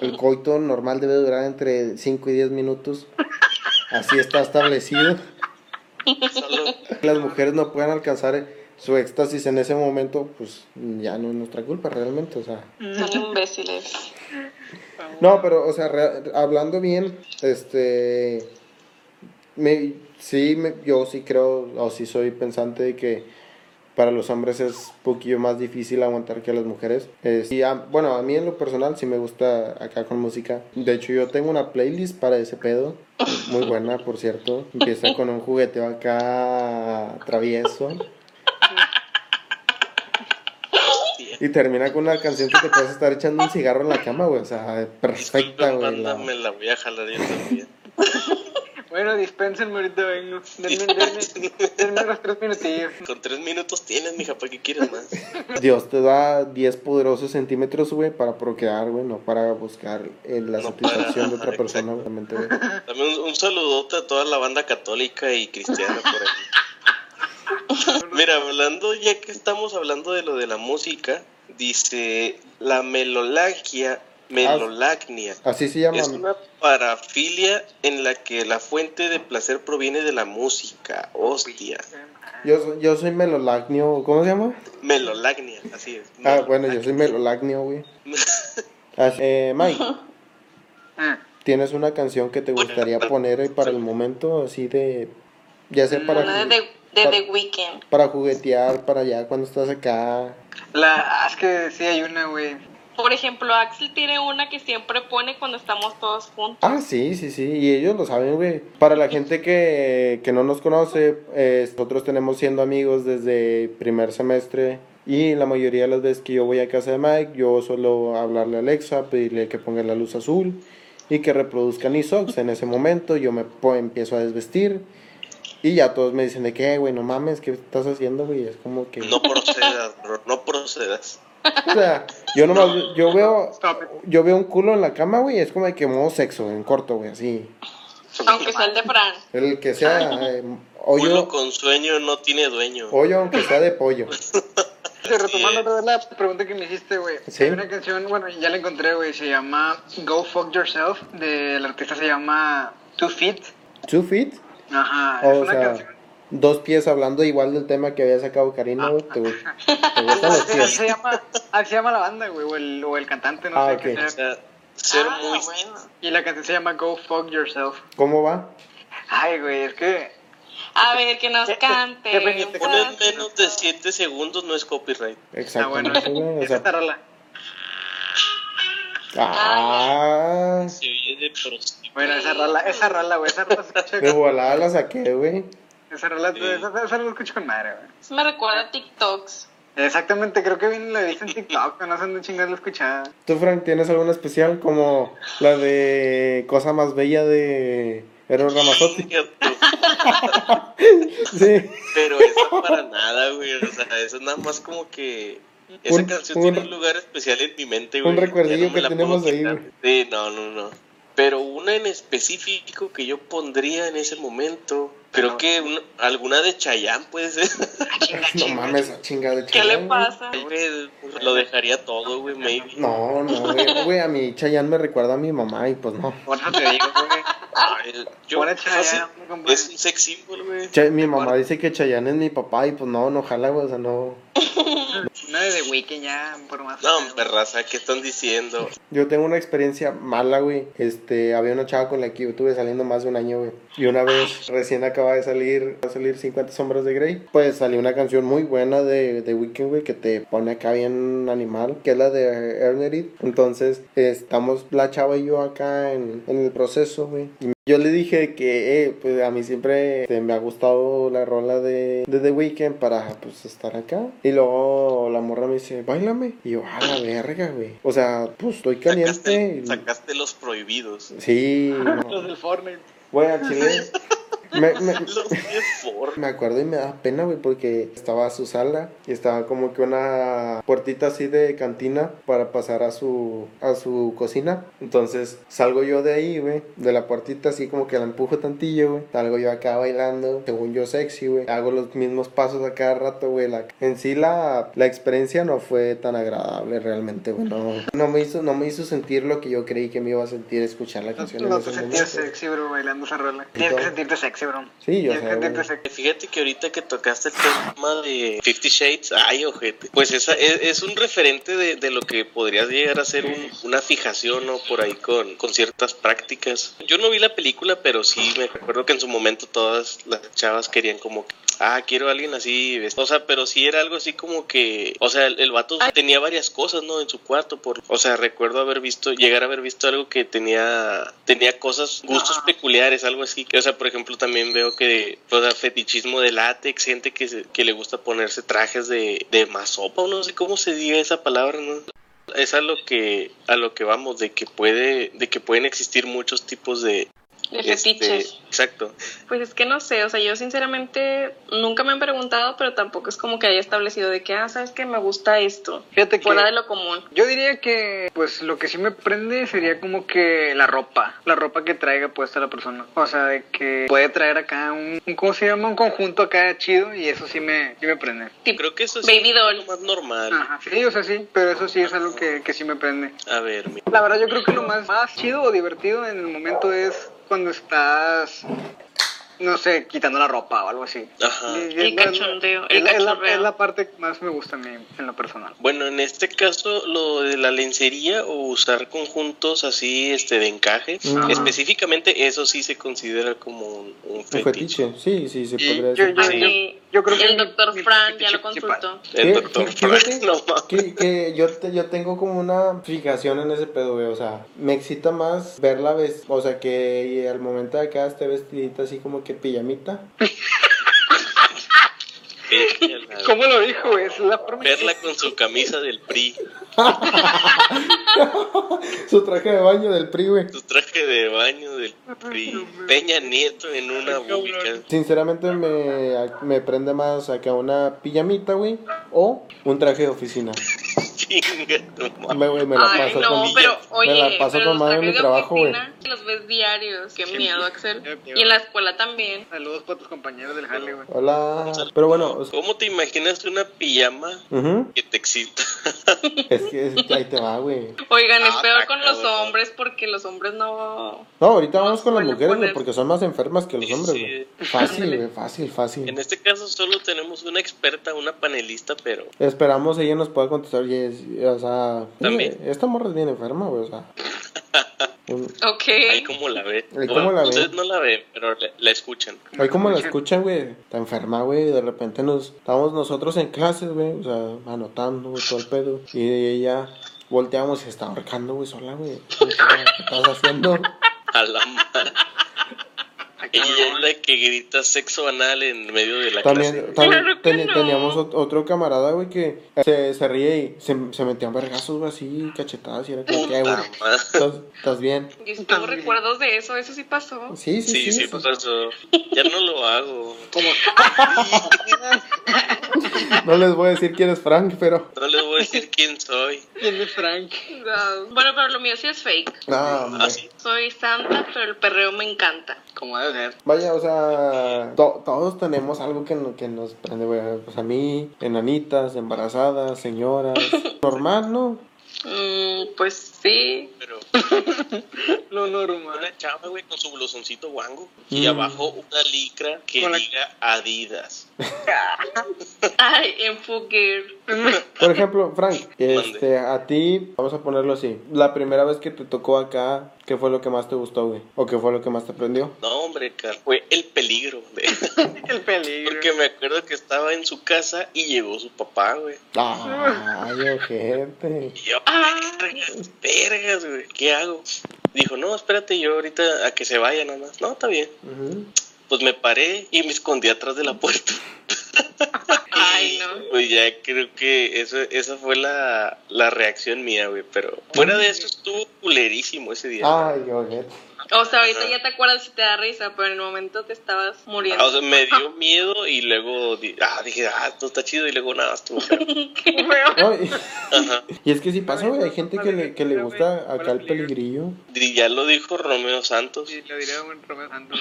B: El coito normal debe durar entre 5 y 10 minutos. Así está establecido.
D: pues, Solo-
B: Las mujeres no pueden alcanzar su éxtasis en ese momento, pues ya no es nuestra culpa realmente, o sea.
A: Son imbéciles.
B: No, pero, o sea, re- hablando bien, este. Me, sí, me- yo sí creo, o sí soy pensante de que para los hombres es un poquillo más difícil aguantar que a las mujeres. Es- y a- bueno, a mí en lo personal sí me gusta acá con música. De hecho, yo tengo una playlist para ese pedo. Muy buena, por cierto. Empieza con un jugueteo acá travieso. Y termina con una canción que te puedes estar echando un cigarro en la cama, güey. O sea, *laughs* perfecta,
D: Disculpa,
B: güey.
D: banda,
B: la-
D: me la voy a jalar yo también.
C: Bueno, dispénsenme, ahorita vengo. Denme, denme, denme unos tres minutillos.
D: Con tres minutos tienes, mija, ¿para qué quieres más?
B: Dios te da 10 poderosos centímetros, güey, para procrear, güey, no para buscar eh, la
D: No para-
B: satisfacción de otra
D: ajá,
B: persona, obviamente, güey.
D: También un, un saludote a toda la banda católica y cristiana por aquí. Mira, hablando, ya que estamos hablando de lo de la música, dice la
B: Ah.
D: melolaquia, melolacnia.
B: Así se llama.
D: Es una parafilia en la que la fuente de placer proviene de la música. Hostia.
B: Yo, so- yo soy melolacnio, ¿cómo se llama?
D: Melolacnia, así es.
B: Ah, bueno, yo soy melolacnio,
D: *laughs*
B: güey. Así- Eh, Mike,
C: Ah,
B: ¿tienes una canción que te gustaría poner eh, para el momento, así de, ya sea para,
A: Una
B: ju-
A: de, de
B: para,
A: The Weeknd.
B: para juguetear, para allá, cuando estás acá?
C: la, ah, es que sí hay una, güey.
A: Por ejemplo, Axel tiene una que siempre pone cuando estamos todos juntos.
B: Ah, sí, sí, sí, y ellos lo saben, güey. Para la gente que, que no nos conoce, eh, nosotros tenemos siendo amigos desde primer semestre y la mayoría de las veces que yo voy a casa de Mike, yo suelo hablarle a Alexa, pedirle que ponga la luz azul y que reproduzcan socks En ese momento yo me po- empiezo a desvestir y ya todos me dicen de que, "Eh, güey, no mames, ¿qué estás haciendo, güey? Es como que...
D: No procedas, bro, no procedas.
B: O sea, yo nomás, yo veo,
C: Stop it.
B: yo veo un culo en la cama, güey, es como de que modo sexo, en corto, güey, así.
A: Aunque sea el de Fran.
B: El que sea eh,
D: Uno
B: hoyo,
D: con sueño no tiene dueño.
B: hoyo aunque sea de pollo.
C: *laughs* Sí, retomando otra vez la pregunta que me hiciste, güey.
B: Sí.
C: Hay una canción, bueno, ya la encontré, güey. Se llama Go Fuck Yourself. Del artista se llama Two Feet.
B: Two feet,
C: Ajá. Ah, es
B: Oh, o
C: una
B: sea,
C: canción.
B: dos pies hablando igual del tema que había sacado Karina, güey, te, gu- te
C: *laughs*
B: gustan los
C: Sí,
B: pies.
C: se llama, así se llama la banda, güey, o el, o el cantante, no
B: Ah,
C: sé
B: ok.
C: qué
D: O
C: sea.
D: sea, ser
A: Ah,
D: muy
A: bueno.
C: Y la canción se llama Go Fuck Yourself.
B: ¿Cómo va?
C: Ay, güey, es que. ah,
A: A ver, que nos
C: Qué- qué-
A: cante.
C: qué pendiente.
A: un
D: Uno en
A: pedacito.
D: menos de 7 segundos no es copyright.
C: Está
B: *laughs*
C: bueno.
B: Exactamente,
C: *laughs*
B: güey, o
C: Es
B: sea,
C: esta rola.
B: ah,
D: Se oye de
E: grande, pero sí.
C: Bueno, esa rola, esa rola, güey, esa rola se escucha
B: De volada la saqué, güey.
C: Esa rola,
E: Sí.
C: esa, esa rola escucho con madre, güey.
A: Me recuerda a TikToks.
C: Exactamente, creo que bien lo dije en TikTok, no sé dónde chingados lo escuchaba.
B: ¿Tú, Frank, tienes alguna especial como la de Cosa Más Bella de Eros
C: *laughs*
B: Ramazotti? Sí,
D: Pero esa para nada, güey. O sea, esa nada más como que. Esa
B: Un-
D: canción
B: un-
D: tiene un lugar especial en mi mente, güey.
B: un recuerdillo
D: Ya no me
B: que
D: la puedo
B: tenemos ahí,
D: quitar.
B: güey.
D: Sí, no, no, no. Pero una en específico que yo pondría en ese momento. Creo
C: No.
D: que un- alguna de Chayanne puede ser. *laughs*
B: no mames, chingada de
A: ¿Qué le
B: Chayanne,
A: pasa?
D: Este, Güey, Lo dejaría todo, güey, maybe.
B: güey. No, no, güey, güey, a mí Chayanne me recuerda a mi mamá y pues no.
C: Por eso te digo, güey.
D: Ay, yo,
C: Pone Chayanne,
D: fácil,
C: compadre.
D: es un sex symbol, güey.
B: Che- mi mamá dice que Chayanne es mi papá y pues no, no jala, güey, o sea, no.
C: Una de The Weeknd ya, por más.
D: No, hombre, raza, ¿qué están diciendo?
B: Yo tengo una experiencia mala, güey. Este, había una chava con la que yo tuve saliendo más de un año, güey. Y una vez, recién acaba de salir, va a salir 50 sombras de Grey. Pues salió una canción muy buena de, de Weeknd, güey, que te pone acá bien animal, que es la de Earn It. Entonces, estamos la chava y yo acá en, en el proceso, güey. Y yo le dije que, eh, pues a mí siempre este, me ha gustado la rola de, de The Weeknd para, pues, estar acá. Y luego la morra me dice, bailame. Y yo, a la verga, güey. O sea, pues estoy caliente.
D: Sacaste, sacaste los prohibidos. *laughs*
B: Sí,
C: Los
B: no.
C: del Fortnite.
B: Bueno, al chile. Me, me,
D: Los de Ford.
B: me acuerdo y me da pena, güey, porque estaba a su sala y estaba como que una puertita así de cantina para pasar a su, a su cocina. Entonces salgo yo de ahí, güey, de la puertita así como que la empujo tantillo, güey. Salgo yo acá bailando, según yo sexy, güey. Hago los mismos pasos a cada rato, güey. La- en sí la, la experiencia no fue tan agradable realmente, güey. No, no, me hizo, no me hizo sentir lo que yo creí que me iba a sentir escuchar la
C: No,
B: canción. en
C: no
B: ese
C: te sentías
B: momento.
C: sexy, bro, bailando esa rola. Tienes que
B: todo.
C: sentirte sexy, bro.
B: Sí, yo
C: Tienes que
B: sé, güey.
C: sentirte sexy.
D: Fíjate que ahorita que tocaste el tema de Fifty Shades, ay, ojete. Pues esa es, es un referente de, de lo que podría llegar a ser un- una fijación, ¿no? Por ahí con, con ciertas prácticas. Yo no vi la película, pero sí me acuerdo que en su momento todas las chavas querían como que, ah, quiero a alguien así. O sea, pero sí era algo así como que, o sea, el, el vato tenía varias cosas, ¿no? En su cuarto, por, o sea, recuerdo haber visto, llegar a haber visto algo que tenía, tenía cosas, gustos
C: Ah.
D: peculiares, algo así. Que, o sea, por ejemplo, también veo que, o sea, fetichismo de látex, gente que, se- que le gusta ponerse trajes de, de mazopa, o no sé cómo se diga esa palabra, ¿no? Es a lo que, a lo que vamos, de que puede, de que pueden existir muchos tipos de,
A: De
D: este,
A: fetiches.
D: exacto.
A: Pues es que no sé, o sea, yo sinceramente nunca me han preguntado, pero tampoco es como que haya establecido de que, ah, sabes que me gusta esto.
C: Fíjate que.
A: Fuera de lo común.
C: Yo diría que, pues, lo que sí me prende sería como que la ropa, la ropa que traiga puesta la persona. O sea, de que puede traer acá un, un- ¿cómo se llama? Un conjunto acá chido y eso sí me, sí me prende.
A: Tipo,
D: Creo que eso es
A: Baby doll.
D: lo más normal.
C: Ajá, sí, o sea, sí, pero eso sí es algo que, que sí me prende.
D: A ver, mi-
C: La verdad, yo creo que lo más, más chido o divertido en el momento es cuando estás, no sé, quitando la ropa o algo así.
D: Ajá.
C: Y-
A: El
C: y es la-
A: cachondeo, el
C: es la- es la-
A: cachorreo.
C: es la parte que más me gusta a mí en lo personal.
D: Bueno, en este caso, lo de la lencería o usar conjuntos así este, de encaje,
B: Ajá.
D: específicamente eso sí se considera como un, un
B: Ah. Un
D: fetiche.
B: fetiche, sí, sí, se
C: Y
B: podría
C: yo-
B: decir.
C: yo-
B: que-
D: Sí.
A: Ay,
C: yo creo que
A: el
C: mi-
A: doctor
C: mi
A: Fran ya lo
C: fetiche principal.
A: consultó.
D: El
B: ¿Qué?
D: doctor
B: Fíjate.
D: Frank, no mames.
B: Que, que yo, te- yo tengo como una fijación en ese pedo, güey. O sea, me excita más verla, ves- o sea, que al momento de acá esté vestidita así como que pijamita. *laughs*
D: Verla-
C: ¿Cómo lo dijo? Es la forma en que-
D: Verla con su camisa del PRI,
B: Su traje de baño del PRI, güey.
D: su traje de baño del PRI, Peña Nieto en una búbica. *laughs*
B: Sinceramente me, me prende más acá una pijamita, güey, o un traje de oficina.
D: Chinga, no mames.
B: Me, güey, me la
A: Ay,
B: paso
A: no,
B: con,
A: pero oye,
B: me la paso
A: pero
B: con
A: los
B: madre en mi
A: trajes de
B: trabajo, güey.
A: oficina los ves diarios. Qué miedo, Axel.
C: Qué miedo.
A: Y en la escuela también.
C: Saludos para tus compañeros del jale, güey.
B: Hola. Pero bueno, o sea,
D: ¿Cómo te imaginas una pijama
B: ujú,
D: que te excita?
B: es que es que ahí te va, güey.
A: Oigan, es
D: Ah,
A: peor
D: está
A: con los
D: cabrón.
A: hombres porque los hombres no...
B: No, ahorita vamos con las
A: Bueno,
B: mujeres, güey,
A: poner-
B: porque son más enfermas que los
D: Sí,
B: hombres,
D: sí.
B: güey.
A: *laughs*
B: Fácil, güey, fácil, fácil.
D: En este caso solo tenemos una experta, una panelista, pero
B: Esperamos ella nos pueda contestar, oye, es- o sea,
D: También.
B: oye, esta morra es bien enferma, güey, o sea. Un-
A: Ok.
D: Ahí como la ven.
B: Ahí como la ven.
D: ustedes no la ven, pero la, la escuchan.
B: Hoy como la escuchan, güey, está enferma, güey, de repente nos estábamos nosotros en clases, güey, o sea, anotando, güey, todo el pedo, y ella volteamos y se está ahorcando, güey, sola, güey. ¿Qué estás haciendo?
D: A
C: *laughs*
D: la madre. Ella es la que grita sexo anal en medio de la
B: También,
D: clase.
B: también
A: Claro que
B: teni-
A: no.
B: teníamos ot- otro camarada, güey, que se, se ríe y se, se metían vergazos, güey, así, cachetadas, y era como que, "Ay, güey,
D: Puta madre.
B: ¿estás, estás bien?
A: Yo tengo recuerdos de eso, eso sí pasó.
B: Sí, sí, sí.
D: Sí, pues, sí,
B: eso-
D: pasó. Ya no lo hago.
C: Como...
B: No les voy a decir quién es Frank, pero...
D: No les voy a decir quién soy.
C: ¿Quién es Frank?
A: No. Bueno, pero lo mío sí es fake.
B: Ah, hombre.
D: Así.
A: Soy santa, pero el perreo me encanta.
C: Como debe ser.
B: Vaya, o sea, to- todos tenemos algo que, no- que nos prende, güey. Pues a mí, enanitas, embarazadas, *laughs* señoras. Normal, ¿no?
A: Mm, pues sí.
D: Pero
C: Lo normal.
D: una chava, güey, con su blusoncito guango y
B: Mm.
D: abajo una licra que
C: Con la-
D: diga Adidas.
A: Ay, en Fugir.
B: Por ejemplo, Frank,
D: Mande.
B: este, a ti, vamos a ponerlo así. La primera vez que te tocó acá, ¿qué fue lo que más te gustó, güey? ¿O qué fue lo que más te prendió?
D: No, hombre, car- fue el peligro. güey.
C: El peligro.
D: Porque me acuerdo que estaba en su casa y llegó su papá, güey.
B: Ay, gente.
D: Y yo,
A: Ah.
D: vergas, vergas, güey, ¿qué hago? Dijo, no, espérate, yo ahorita a que se vaya nada más. No, está bien. Pues me paré y me escondí atrás de la puerta. *laughs*
A: Ay, no.
D: Pues ya creo que eso, esa fue la, la reacción mía, güey. Pero fuera de eso estuvo culerísimo ese día.
B: Ay, ojete.
A: O sea, ahorita ya te acuerdas si te da risa, pero en el momento te estabas
D: Ah, O
A: muriendo.
D: sea, me dio miedo y luego di- ah, dije, ah, esto está chido y luego nada, estuvo
A: *laughs*
D: feo.
B: No, y,
D: Ajá.
B: *laughs* y es que si pasa, güey, hay gente que le, que le gusta acá el peligrillo.
D: Y ya lo dijo Romeo Santos,
C: Sí, lo diré un Romeo Santos.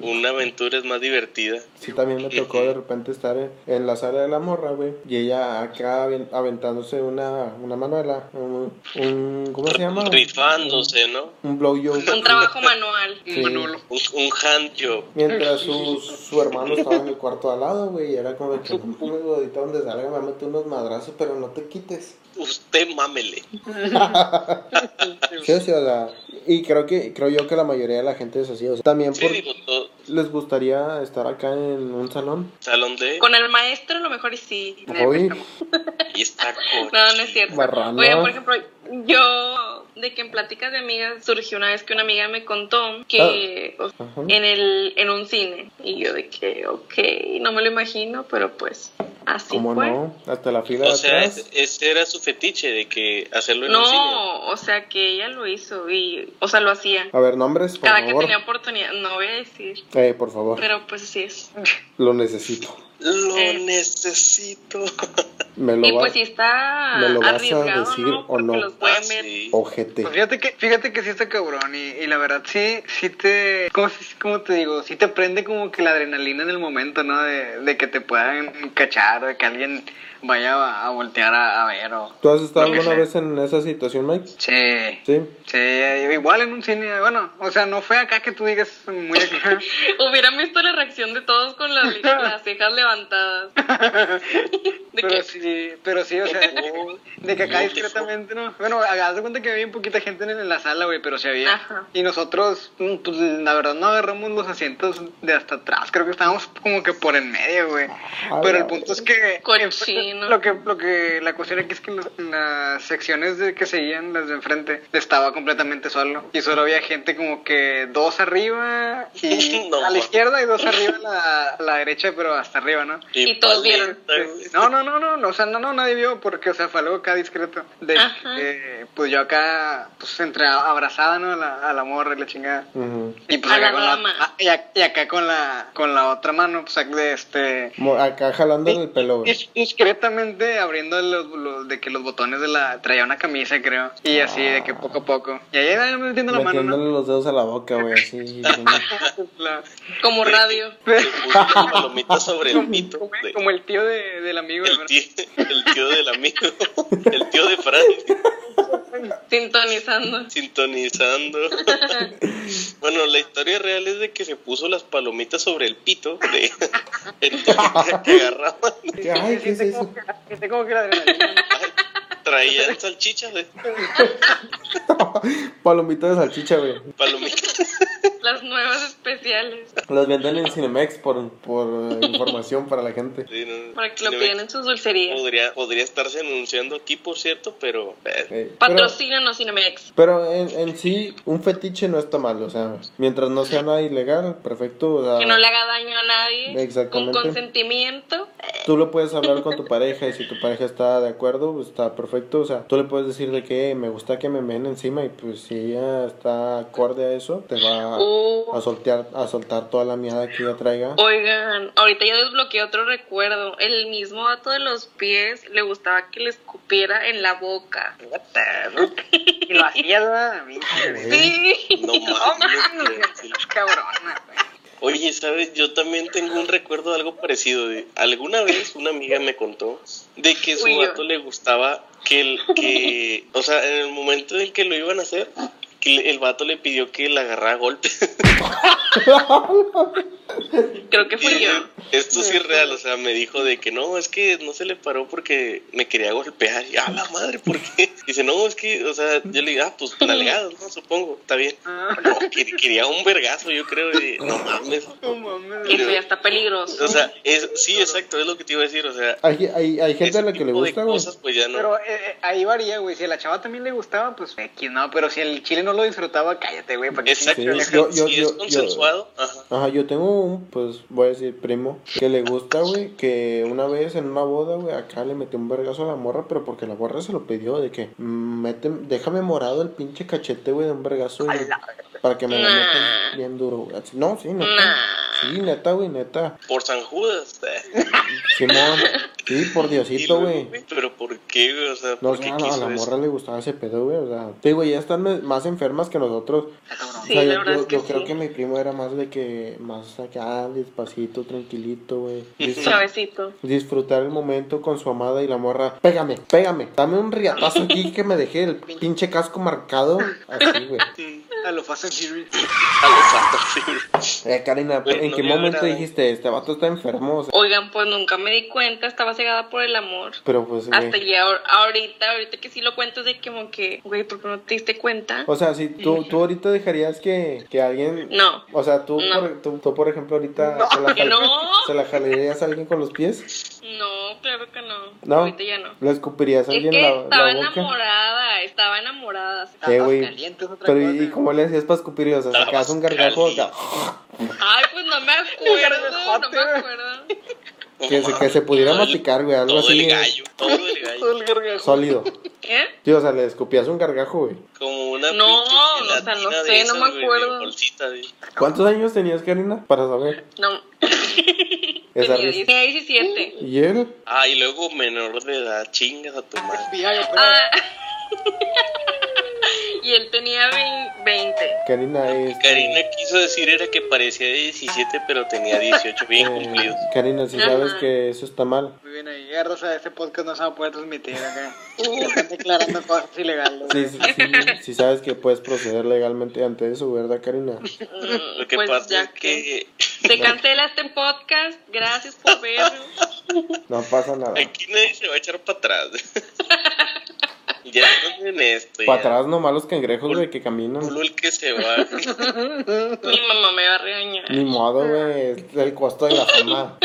D: una aventura es más divertida.
B: Sí, también me tocó de repente estar en, en la sala de la morra, güey. Y ella acá aven- aventándose una, una manuela. Un, un- ¿Cómo se llama?
D: Rifándose, ¿no?
B: Un blowjob.
A: Un trabajo
D: *laughs*
A: manual.
B: Sí.
C: Manolo.
D: Un, un hand job.
B: Mientras su, su hermano estaba en el cuarto al lado, güey. Y era como de que, no, mames, güey, ahorita donde salga me mete unos madrazos, pero no te quites.
D: Usted mámele.
B: Sí, sí, o sea, y creo que, creo yo que la mayoría de la gente es así, o sea, también
D: Sí,
B: por,
D: digo, todo,
B: les gustaría estar acá en un salón.
D: salón de...
A: Con el maestro a lo mejor y sí.
B: Uy,
D: Y está
A: *laughs* No, no es cierto.
B: Marrano.
A: Oye, por ejemplo, yo de que en pláticas de amigas surgió una vez que una amiga me contó que o sea,
B: Ajá.
A: en el en un cine y yo de que ok, no me lo imagino, pero pues así
B: ¿Cómo
A: fue.
B: no? Hasta la fila de
D: O sea,
B: atrás.
D: ese, ese era su fetiche de que hacerlo en un cine.
A: No, o sea que ella lo hizo y o sea, lo hacía.
B: A ver, nombres, por
A: Cada que
B: favor.
A: tenía oportunidad, no voy a decir,
B: Eh, por favor,
A: pero pues así es.
B: lo necesito.
D: Lo
A: Eh.
D: necesito.
B: Me lo
A: Y
B: va
A: pues si está
B: ¿me lo vas a
A: arriesgado,
B: decir
A: ¿no?
B: o
A: Porque
B: no?
A: los pueden
D: Ah,
A: ver.
D: *laughs* sí.
B: ojete.
C: Pues fíjate que, fíjate que sí está cabrón y, y la verdad sí, sí te, ¿cómo, se- cómo te digo? Sí te prende como que la adrenalina en el momento, ¿no? De, de que te puedan cachar, de que alguien vaya a, a voltear a, a ver o...
B: ¿Tú has estado
C: Lo que
B: alguna
C: sea.
B: vez en esa situación, Mike?
C: Sí,
B: Sí.
C: sí, igual en un cine, bueno, o sea, no fue acá que tú digas muy acá.
A: Hubieran visto la reacción de todos con las, las cejas
B: *laughs*
A: levantadas. De
C: Pero
A: que,
C: sí, pero sí, o sea,
A: *laughs*
C: de que acá
D: No,
C: discretamente, ¿no? Bueno, haz de cuenta que había poquita gente en, en la sala, güey, pero sí había.
A: Ajá.
C: Y nosotros, mm, pues la verdad, no agarramos los asientos de hasta atrás, creo que estábamos como que por en medio, güey.
B: Ah,
C: Pero el
B: la
C: punto es que. eh, pues,
A: Cochino.
C: Lo que, lo que, la cuestión aquí es que los- las secciones de, que seguían, las de enfrente, estaba completamente solo. Y solo había gente como que dos arriba
A: *laughs*
C: y
D: No,
C: a la
D: ma.
C: izquierda y dos arriba a la, a la derecha, pero hasta arriba, ¿no?
A: Y todos vieron.
C: *laughs* No, no, no, no, no, o sea, no, no, nadie vio porque, o sea, fue algo acá discreto. De,
A: Ajá.
C: de- pues yo acá, pues entre a- abrazada, ¿no? A la, a la morra y la chingada.
B: Ujú.
C: Y pues
A: A
C: acá
A: la
C: con la,
A: dama.
C: ah, y, ac- y acá con la, con la otra mano, pues de este...
B: Mo- Acá jalando el pelo, güey.
C: dis- Discretamente abriendo los, los- de que los botones de la traía una camisa, creo. Y así, de que poco a poco. Y ahí va metiendo la mano,
B: Metiéndole
C: ¿no?
B: los dedos a la boca, güey,
C: *laughs*
B: así.
C: La-
A: como
D: *laughs*
A: radio.
D: Palomita sobre el mito.
C: como,
D: de-
C: Pues, como el tío de- del amigo,
D: el,
C: ¿verdad?
D: tío, el tío del amigo. *laughs* El tío de Fran.
A: Sintonizando. *laughs*
D: Sintonizando. Bueno, la historia real es de que se puso las palomitas sobre el pito. De, *laughs* entonces, que agarraban.
B: Ay, ¿qué es
C: Siente
B: eso?
C: como que- siente como que la adrenalina.
A: *laughs*
D: Traían salchichas de
B: Palomita de salchicha, güey.
A: *laughs*
D: palomitas.
A: Las nuevas especiales.
B: Las venden en Cinemex por, por eh, información para la gente.
D: Sí, no,
A: Para que lo
D: no me-
A: pidan en sus dulcerías.
D: Podría, podría estarse anunciando aquí, por cierto, pero
A: *laughs*
D: eh,
B: Eh, pero-
A: Patrocínanos Cinemex.
B: Pero en, en sí, un fetiche no está mal, o sea, mientras no sea nada ilegal, perfecto, o sea,
A: Que no le haga daño a nadie. Con
B: Exactamente.
A: consentimiento.
B: tú lo puedes hablar con tu pareja y si tu pareja está de acuerdo, pues, está perfecto, o sea, tú le puedes decir de que "Eh, me gusta que me meen encima y pues si ella está acorde a eso, te va
A: Oh.
B: a soltar, a soltar toda la mierda que ella traiga.
A: Oigan, ahorita yo desbloqueé otro recuerdo. El mismo dato de los pies le gustaba que le escupiera en la boca.
C: Y lo hacía, ¿verdad?
B: ¿Eh?
A: Sí.
D: no
C: No
D: mames.
C: mames,
D: güey.
C: cabrona, güey.
D: Oye, ¿sabes? Yo también tengo un recuerdo de algo parecido. de- alguna vez una amiga me contó de que su
A: Uy, yo.
D: gato le gustaba que el
A: *laughs*
D: que, o sea, en el momento en que lo iban a hacer, que el- el vato le pidió que la agarrara a golpes.
A: Creo que fui
D: Y
A: yo.
D: Esto sí es real, o sea, me dijo de que no, es que no se le paró porque me quería golpear. Y a la madre, ¿por qué? Dice, no, es que, o sea, yo le digo, ah, pues nalgadas, ¿no? Supongo, está bien. No, que- quería un vergazo, yo creo, y no mames.
C: No mames.
A: Eso ya está peligroso.
D: O sea, es, sí, exacto, es lo que te iba a decir, o sea,
B: Hay, hay, hay gente
D: ese
B: a la que le
D: tipo de
B: gusta, güey.
D: cosas, pues ya no.
C: Pero eh, eh, ahí varía, güey. Si a la chava también le gustaba, pues X, no. Pero si el chile no lo disfrutaba, cállate, güey. ¿para qué
D: exacto,
B: Sí,
D: o
C: chingas?
D: sea,
B: yo- yo-
D: si
B: yo-
D: es
B: yo-
D: consensuado, ajá.
B: Ajá, yo tengo un, pues, voy a decir primo, que le gusta, güey, que una vez en una boda, güey, acá le metió un vergazo a la morra, pero porque la morra se lo pidió, de que, "Mm, mete, déjame morado el pinche cachete, güey, de un vergazo, güey, para que me lo
A: Nah.
B: metan bien duro, güey. Así- No, sí, neta.
A: Nah.
B: Sí, neta, güey, neta.
D: Por San Judas. eh.
B: *laughs* Simón, sí, por
D: Y
B: Diosito,
D: luego,
B: güey.
D: güey, Pero ¿por qué, güey? O sea,
B: No,
D: ¿por
B: o
D: qué
B: sea, no, a
D: quiso
B: la
D: eso?
B: morra le gustaba ese pedo, güey, o sea, te digo, ya están me- más enfermas que nosotros,
C: Ah, cabrón.
A: Sí,
B: o sea,
A: la
B: yo,
A: verdad
B: yo-
A: es que
B: yo creo
A: sí.
B: que mi primo era más de que, más acá, despacito, tranquilito, güey. Disfr-
A: Chavecito.
B: Disfrutar el momento con su amada y la morra. Pégame, pégame, dame un riatazo aquí que me dejé el pinche casco marcado. Así, güey.
C: Mm, A lo Fast and Furious.
D: *laughs* A lo Fast and Furious.
B: Eh, Karina,
D: Güey,
B: ¿en
D: no
B: qué
D: le
B: momento
D: agrada.
B: dijiste este vato está enfermo? O sea,
A: Oigan, pues nunca me di cuenta, estaba cegada por el amor.
B: pero pues,
A: Hasta
B: güey.
A: ya ahor- ahorita, ahorita que sí lo cuentas de que como que, güey, ¿por qué no te diste cuenta?
B: O sea, si tú, tú ahorita dejarías que, que alguien.
A: No.
B: O sea, tú,
A: No.
B: por, tú, tú, por ejemplo, ahorita se, la
A: que *laughs*
B: jal-
A: no.
B: se la jalarías a alguien con los pies.
A: No, claro que no.
B: No.
A: Ahorita ya no.
B: ¿Lo escupirías a
A: Es
B: alguien
A: que
B: la,
A: estaba
B: la boca?
A: enamorada, estaba enamorada.
B: Eh, güey.
C: Caliente es otra
B: Pero,
C: cosa.
B: ¿y cómo le hacías para escupirle? O sea, sacabas un gargajo acá.
A: Ay, pues
B: *laughs*
A: no me acuerdo, no me acuerdo.
B: ¿eh? Que se, que se pudiera
D: Todo el-
B: masticar, güey, algo
D: Todo
B: así.
D: el
B: eh,
D: gallo, todo el
A: *laughs*
D: gallo.
B: Sólido.
A: ¿Qué?
B: Sí, o sea, le escupías un gargajo, güey.
D: Como una
A: No,
D: pinche
A: o sea,
D: gelatina
A: no
D: de
A: sé, no me
D: güey, de
A: acuerdo.
D: bolsita, güey.
B: ¿Cuántos años tenías, Karina? Para saber.
A: No,
B: *laughs* Esa
A: tenía
B: risa.
A: 17.
B: ¿Y él?
D: Ah, y luego menor de edad, chingas a tu madre.
C: Ya, ya, pero-
A: Ah. *laughs* y él tenía vein- 20.
B: Karina es. eh,
D: Karina quiso decir era que parecía de 17, pero tenía 18
B: *laughs*
D: bien
B: eh,
D: cumplidos.
B: Karina, si sabes
A: Ajá.
B: que eso está mal.
C: Muy bien ahí. Ya, Rosa, este podcast no se va a poder transmitir *laughs* acá. Están declarando cosas ilegales.
B: Sí, sí, sí, sí sabes que puedes proceder legalmente ante eso, ¿verdad, Karina?
A: Mm,
D: Lo que
A: pues
D: pasa es
A: ya que...
D: que
A: Se cancela este podcast. Gracias por verlo.
B: No pasa nada.
D: aquí nadie se va a echar
A: *laughs*
D: para atrás. *laughs* ya no en esto.
B: Para
D: ya.
B: atrás nomás los cangrejos, güey, que caminan.
D: Solo el que se va.
B: *laughs*
A: Mi mamá me va a regañar.
B: Ni modo, güey. es El costo de la fama.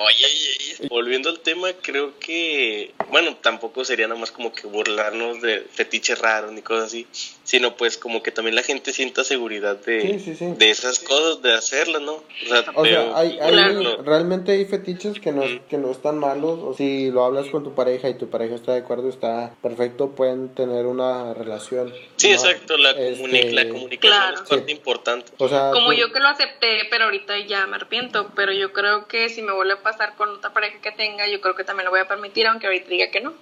D: Oye, oye, oye. volviendo al tema, creo que, bueno, tampoco sería nada más como que burlarnos de fetiches raros ni cosas así, sino pues como que también la gente sienta seguridad de,
B: Sí, sí, sí.
D: de esas cosas, de hacerlas, ¿no? O sea,
B: O
D: de-
B: sea, hay, hay-
D: burlarlo.
B: realmente hay fetiches que no, que no están malos. O si lo hablas con tu pareja y tu pareja está de acuerdo, está perfecto. Pueden tener una relación.
D: Sí,
B: ¿no?
D: exacto, la,
B: Este,
D: comuni- la comunicación
A: Claro.
D: es parte importante.
B: O sea,
A: Como
B: tú-
A: yo que lo acepté, pero ahorita ya me arrepiento. Pero yo creo que si me vuelve a pasar con otra pareja que tenga, yo creo que también lo voy a permitir, aunque ahorita diga que no.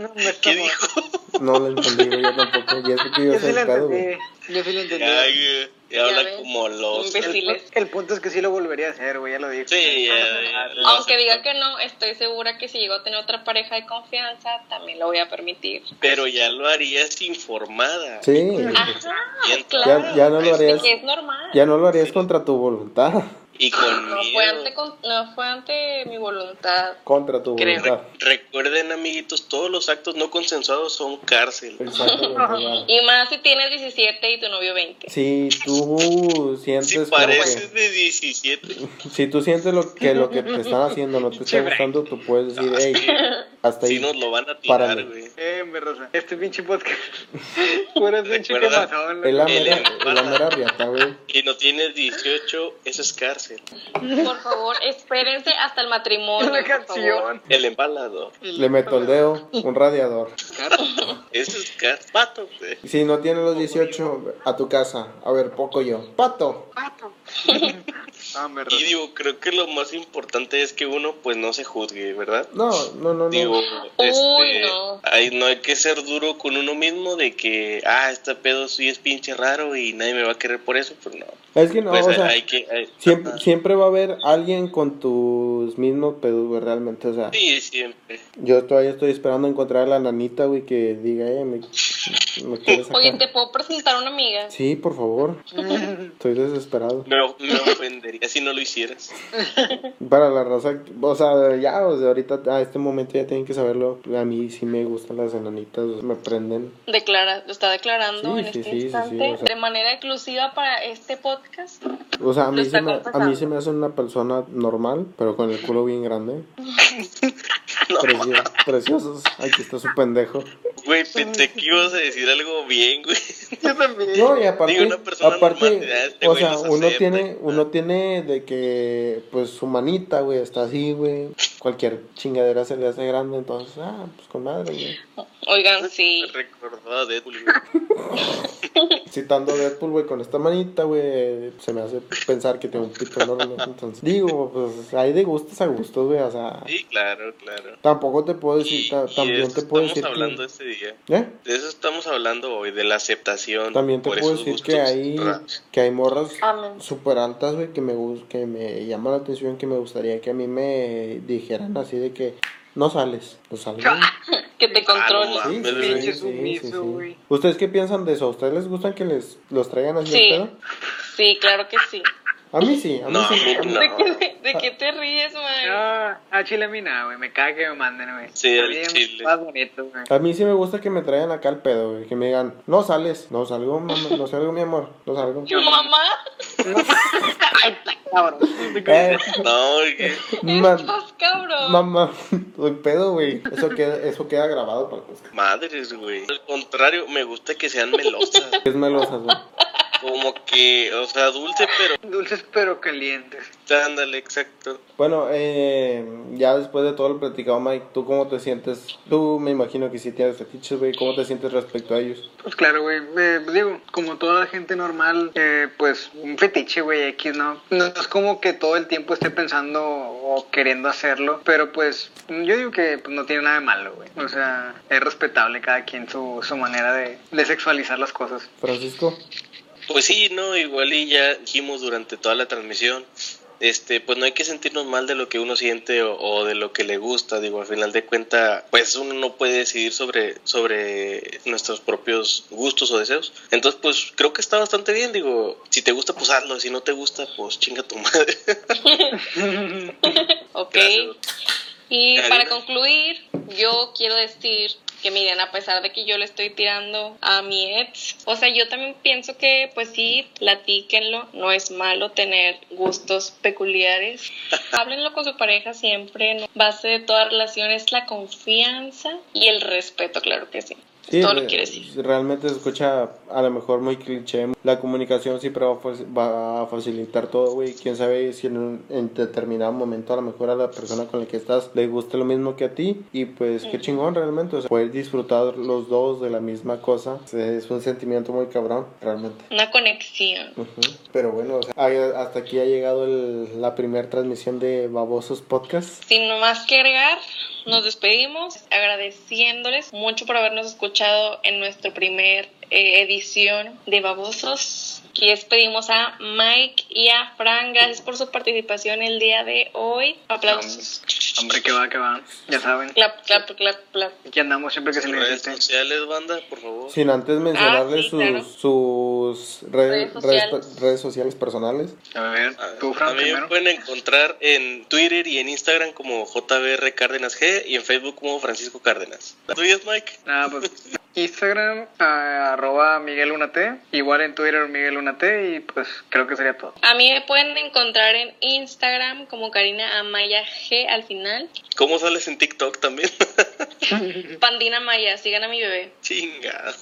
C: No, me
D: ¿Qué
C: está-
D: dijo?
B: No lo entendí, güey, yo tampoco. Y eso que yo
C: Yo
B: soy
C: sí le
B: educado, güey.
C: entendí. Yo sí le entendí.
D: Ay, güey, habla
A: ves.
D: como los...
A: Imbécil.
C: El, pu- el punto es que sí lo volvería a hacer, güey, ya lo dije.
D: Sí, ya, ya, lo
A: Aunque
D: acepto.
A: diga que no, estoy segura que si llego a tener otra pareja de confianza, también lo voy a permitir.
D: Pero ya lo harías informada. pues,
B: Sí.
A: Ajá,
D: Bien.
A: claro.
B: Ya, ya no lo
A: De
B: harías.
A: Este, que es normal.
B: Ya no lo harías contra tu voluntad. *laughs*
D: Y con
A: No, fue ante, con- no, fue ante mi voluntad.
B: Contra tu
A: Creo.
B: voluntad.
D: Recuerden, amiguitos, todos los actos no consensuados son
B: Pues,
D: cárcel.
A: *laughs*
B: Exactamente.
A: Y más si tienes 17 y tu novio 20.
B: Si tú sientes
D: Si
B: como
D: pareces de 17,
B: que- si tú sientes lo que lo que te están haciendo no te está
C: Pinche
B: gustando, tú puedes
D: Ah,
B: decir, hey, hasta
D: si
B: ahí.
D: nos lo van a tirar,
B: Párale.
D: güey.
C: Eh, me rosa. Este pinche podcast. *laughs* Puro pinche que
D: Recuerda,
C: pasó.
B: Es la
D: El
B: mera,
D: embarra.
B: es la mera riata, güey.
D: Y no tienes 18, eso es cárcel.
A: Por favor, espérense hasta el matrimonio.
C: Una
A: por favor.
C: canción.
D: El embalador,
B: Le meto
D: *laughs*
B: el dedo, un radiador.
D: eso es cárcel. Pato, güey.
B: Si no tienes los 18, a tu casa. A ver, poco yo. Pato.
C: Ah, me
D: Y
C: rosa.
D: digo, creo que lo más importante es que uno, pues, no se juzgue, ¿verdad?
B: No, no, no,
D: Digo,
B: no.
D: este,
A: no.
D: ay, no hay que ser duro con uno mismo de que, ah, este pedo sí es pinche raro y nadie me va a querer por eso, pues no.
B: Es que no,
D: pues
B: o
D: hay-
B: sea,
D: hay que... hay-
B: siempre,
D: ajá.
B: siempre va a haber alguien con tus mismos pedos, güey, realmente. O sea,
D: Sí, siempre.
B: yo todavía estoy esperando encontrar a la nanita, güey, que diga, eh, me, me quieres
A: *laughs* Oye,
B: sacar.
A: ¿te puedo presentar a una amiga?
B: Sí, por favor. Estoy desesperado.
D: Me, me ofendería si no lo hicieras.
B: Para la raza, o sea, ya, desde ahorita a este momento ya tienen que saberlo. A mí sí me gustan las enanitas, me prenden.
A: Declara, lo está declarando
B: Sí,
A: en
B: sí,
A: este
B: sí, sí, sí,
A: instante
B: o sea.
A: de manera exclusiva para este podcast.
B: O sea, a
A: Lo
B: mí,
A: está
B: se me, a
A: confesando.
B: mí se me hace una persona normal, pero con el culo bien
D: *laughs*
B: grande. Precio- preciosos. Aquí está su pendejo.
D: Güey, pensé que ibas a decir algo bien, güey.
C: *laughs* Yo también.
B: No, y aparte,
D: Digo, una persona
B: aparte
D: normal, ya, este
B: o
D: güey
B: sea,
D: los
B: uno
D: acepta.
B: tiene, uno tiene de que, pues, su manita, güey, está así, güey. Cualquier chingadera se le hace grande, entonces, ah, pues, con madre, güey.
A: Oigan, sí.
D: Me *laughs* recordó a Deadpool, güey.
B: Citando a Deadpool, güey, con esta manita, güey, se me hace pensar que tengo un pito enorme, entonces. Digo, pues, hay de gustos a gustos, güey, o sea...
D: Sí, claro, claro.
B: Tampoco te puedo decir, Pues
D: Y-
B: ta-
D: y de
B: también
D: eso
B: te puedo
D: estamos
B: decir
D: hablando
B: que...
D: este día.
B: ¿Eh?
D: De eso estamos hablando hoy, de la aceptación.
B: También te
D: por
B: puedo
D: esos
B: decir que
D: gustos
B: hay,
D: raros.
B: que hay morras
A: Amén.
B: super altas, güey, que me, gus- que me llaman la atención, que me gustaría que a mí me dijeran así de que no sales, no
D: *laughs*
B: sales.
A: Que te controle.
D: Ah, no
B: Sí,
D: mames,
B: sí,
D: güey.
B: sí, sí,
C: sumiso,
B: sí, sí.
C: güey.
B: ¿Ustedes qué piensan de eso? ¿A ustedes les gustan que les los traigan así
A: Sí.
B: el pedo?
A: Sí, claro que sí.
B: A mí sí, a mí
D: No, a
B: sí.
D: mí no.
A: ¿De qué, de qué te ríes, man?
C: Ah, a Chile a mí nada, güey. Me caga que me manden, güey.
D: Sí, al
C: Está bien
D: chile.
C: Más bonito, güey.
B: A mí sí me gusta que me traigan acá el pedo, güey, que me digan, no sales, no salgo, mamá, no salgo, mi amor, no salgo.
A: Mamá,
C: Ay, cabrón.
B: *laughs* Eh,
D: No, güey.
B: ma-
A: estás cabrón.
B: mamá, *laughs* el pedo, güey. Eso queda, eso queda grabado para que
D: madres, güey. Al contrario, me gusta que sean melosas.
B: es melosas, güey.
D: Como que, o sea, dulce, pero.
C: Dulces pero calientes.
D: Ándale, exacto.
B: Bueno, eh, ya después de todo lo platicado, Mike, ¿tú cómo te sientes? Tú me imagino que sí tienes fetiches, güey. ¿Cómo te sientes respecto a ellos?
C: Pues claro, güey. eh, pues digo, como toda gente normal, eh, pues un fetiche, güey, aquí no. No es como que todo el tiempo esté pensando o queriendo hacerlo, pero pues yo digo que pues, no tiene nada de malo, güey. O sea, es respetable cada quien su, su manera de, de sexualizar las cosas. *laughs*
B: Francisco,
D: Pues sí, no, igual y ya dijimos durante toda la transmisión, este, pues no hay que sentirnos mal de lo que uno siente o, o de lo que le gusta, digo, al final de cuenta, pues uno no puede decidir sobre, sobre nuestros propios gustos o deseos. Entonces, pues creo que está bastante bien, digo, si te gusta, pues hazlo, si no te gusta, pues chinga tu madre.
A: Ok.
D: Gracias.
A: Y
D: Karina.
A: para concluir, yo quiero decir que miren, a pesar de que yo le estoy tirando a mi ex, o sea, yo también pienso que, pues sí, platíquenlo, no es malo tener gustos peculiares. Háblenlo con su pareja siempre, ¿no? base de toda relación es la confianza y el respeto, claro que sí. Todo lo
B: re-
A: que quiere decir.
B: eh, realmente se escucha a lo mejor muy cliché. La comunicación siempre va a, faci- va a facilitar todo, güey. Quién sabe si en, un- en determinado momento a lo mejor a la persona con la que estás le guste lo mismo que a ti. Y pues qué chingón realmente. O sea, poder disfrutar los dos de la misma cosa es un sentimiento muy cabrón, realmente.
A: Una conexión.
B: Ujú. Pero bueno, o sea, hay- hasta aquí ha llegado el- la primera transmisión de Babosos Podcast.
A: Sin más que agregar, nos despedimos agradeciéndoles mucho por habernos escuchado en nuestra primer eh, edición de Babosos. Aquí despedimos a Mike y a Fran. Gracias por su participación el día de hoy. Aplausos.
C: Hombre, que va, que va. Ya saben.
A: Clap, clap, clap, clap.
C: Aquí andamos siempre que se le
D: Redes
C: dice.
D: sociales, banda, por favor.
B: Sin antes mencionarles
A: Ah, sí, claro.
B: sus, sus redes,
A: Redes
B: redes-
A: sociales.
B: redes sociales personales.
C: A ver,
D: A-
C: tú,
D: a
C: Fran,
D: mí pues. me
C: primero.
D: pueden encontrar en Twitter y en Instagram como JBR Cárdenas G y en Facebook como Francisco Cárdenas. ¿Tú es Mike?
C: Nada, pues. Instagram, ah, arroba Miguel Luna T. Igual en Twitter, Miguel Luna T. Y pues creo que sería todo.
A: A mí me pueden encontrar en Instagram como Karina Amaya G al final.
D: ¿Cómo sales en TikTok también? *laughs*
A: Pandina Maya, sigan a mi bebé.
D: Chingado.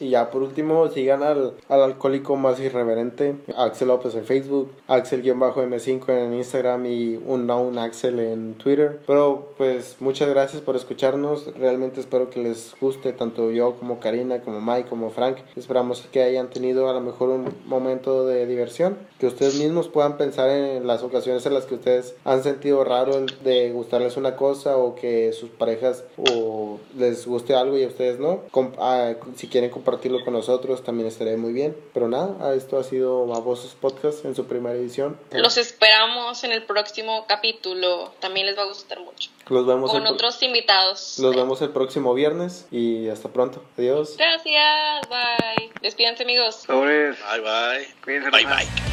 B: Y ya por último, sigan al, al alcohólico más irreverente, Axel López en Facebook, Axel-M5 en Instagram y Unknown Axel en Twitter. Pero pues muchas gracias por escucharnos. Realmente espero que les guste tanto yo como Karina, como Mike, como Frank. Esperamos que hayan tenido a lo mejor un momento de diversión, que ustedes mismos puedan pensar en las ocasiones en las que ustedes han sentido raro el de gustarles una cosa o que sus parejas o les guste algo y a ustedes no. Com- ah, si quieren compartirlo con nosotros también estaré muy bien. Pero nada, ah, esto ha sido Babosos Podcast en su primera edición.
A: Los esperamos en el próximo capítulo. También les va a gustar mucho.
B: Los vemos, el,
A: Con
B: pro-
A: otros invitados.
B: los vemos el próximo viernes y hasta pronto. Adiós.
A: Gracias, bye. Despídanse, amigos.
C: Sobre.
D: Bye bye.
C: Cuídense,
D: Bye
C: hermano.
D: bye.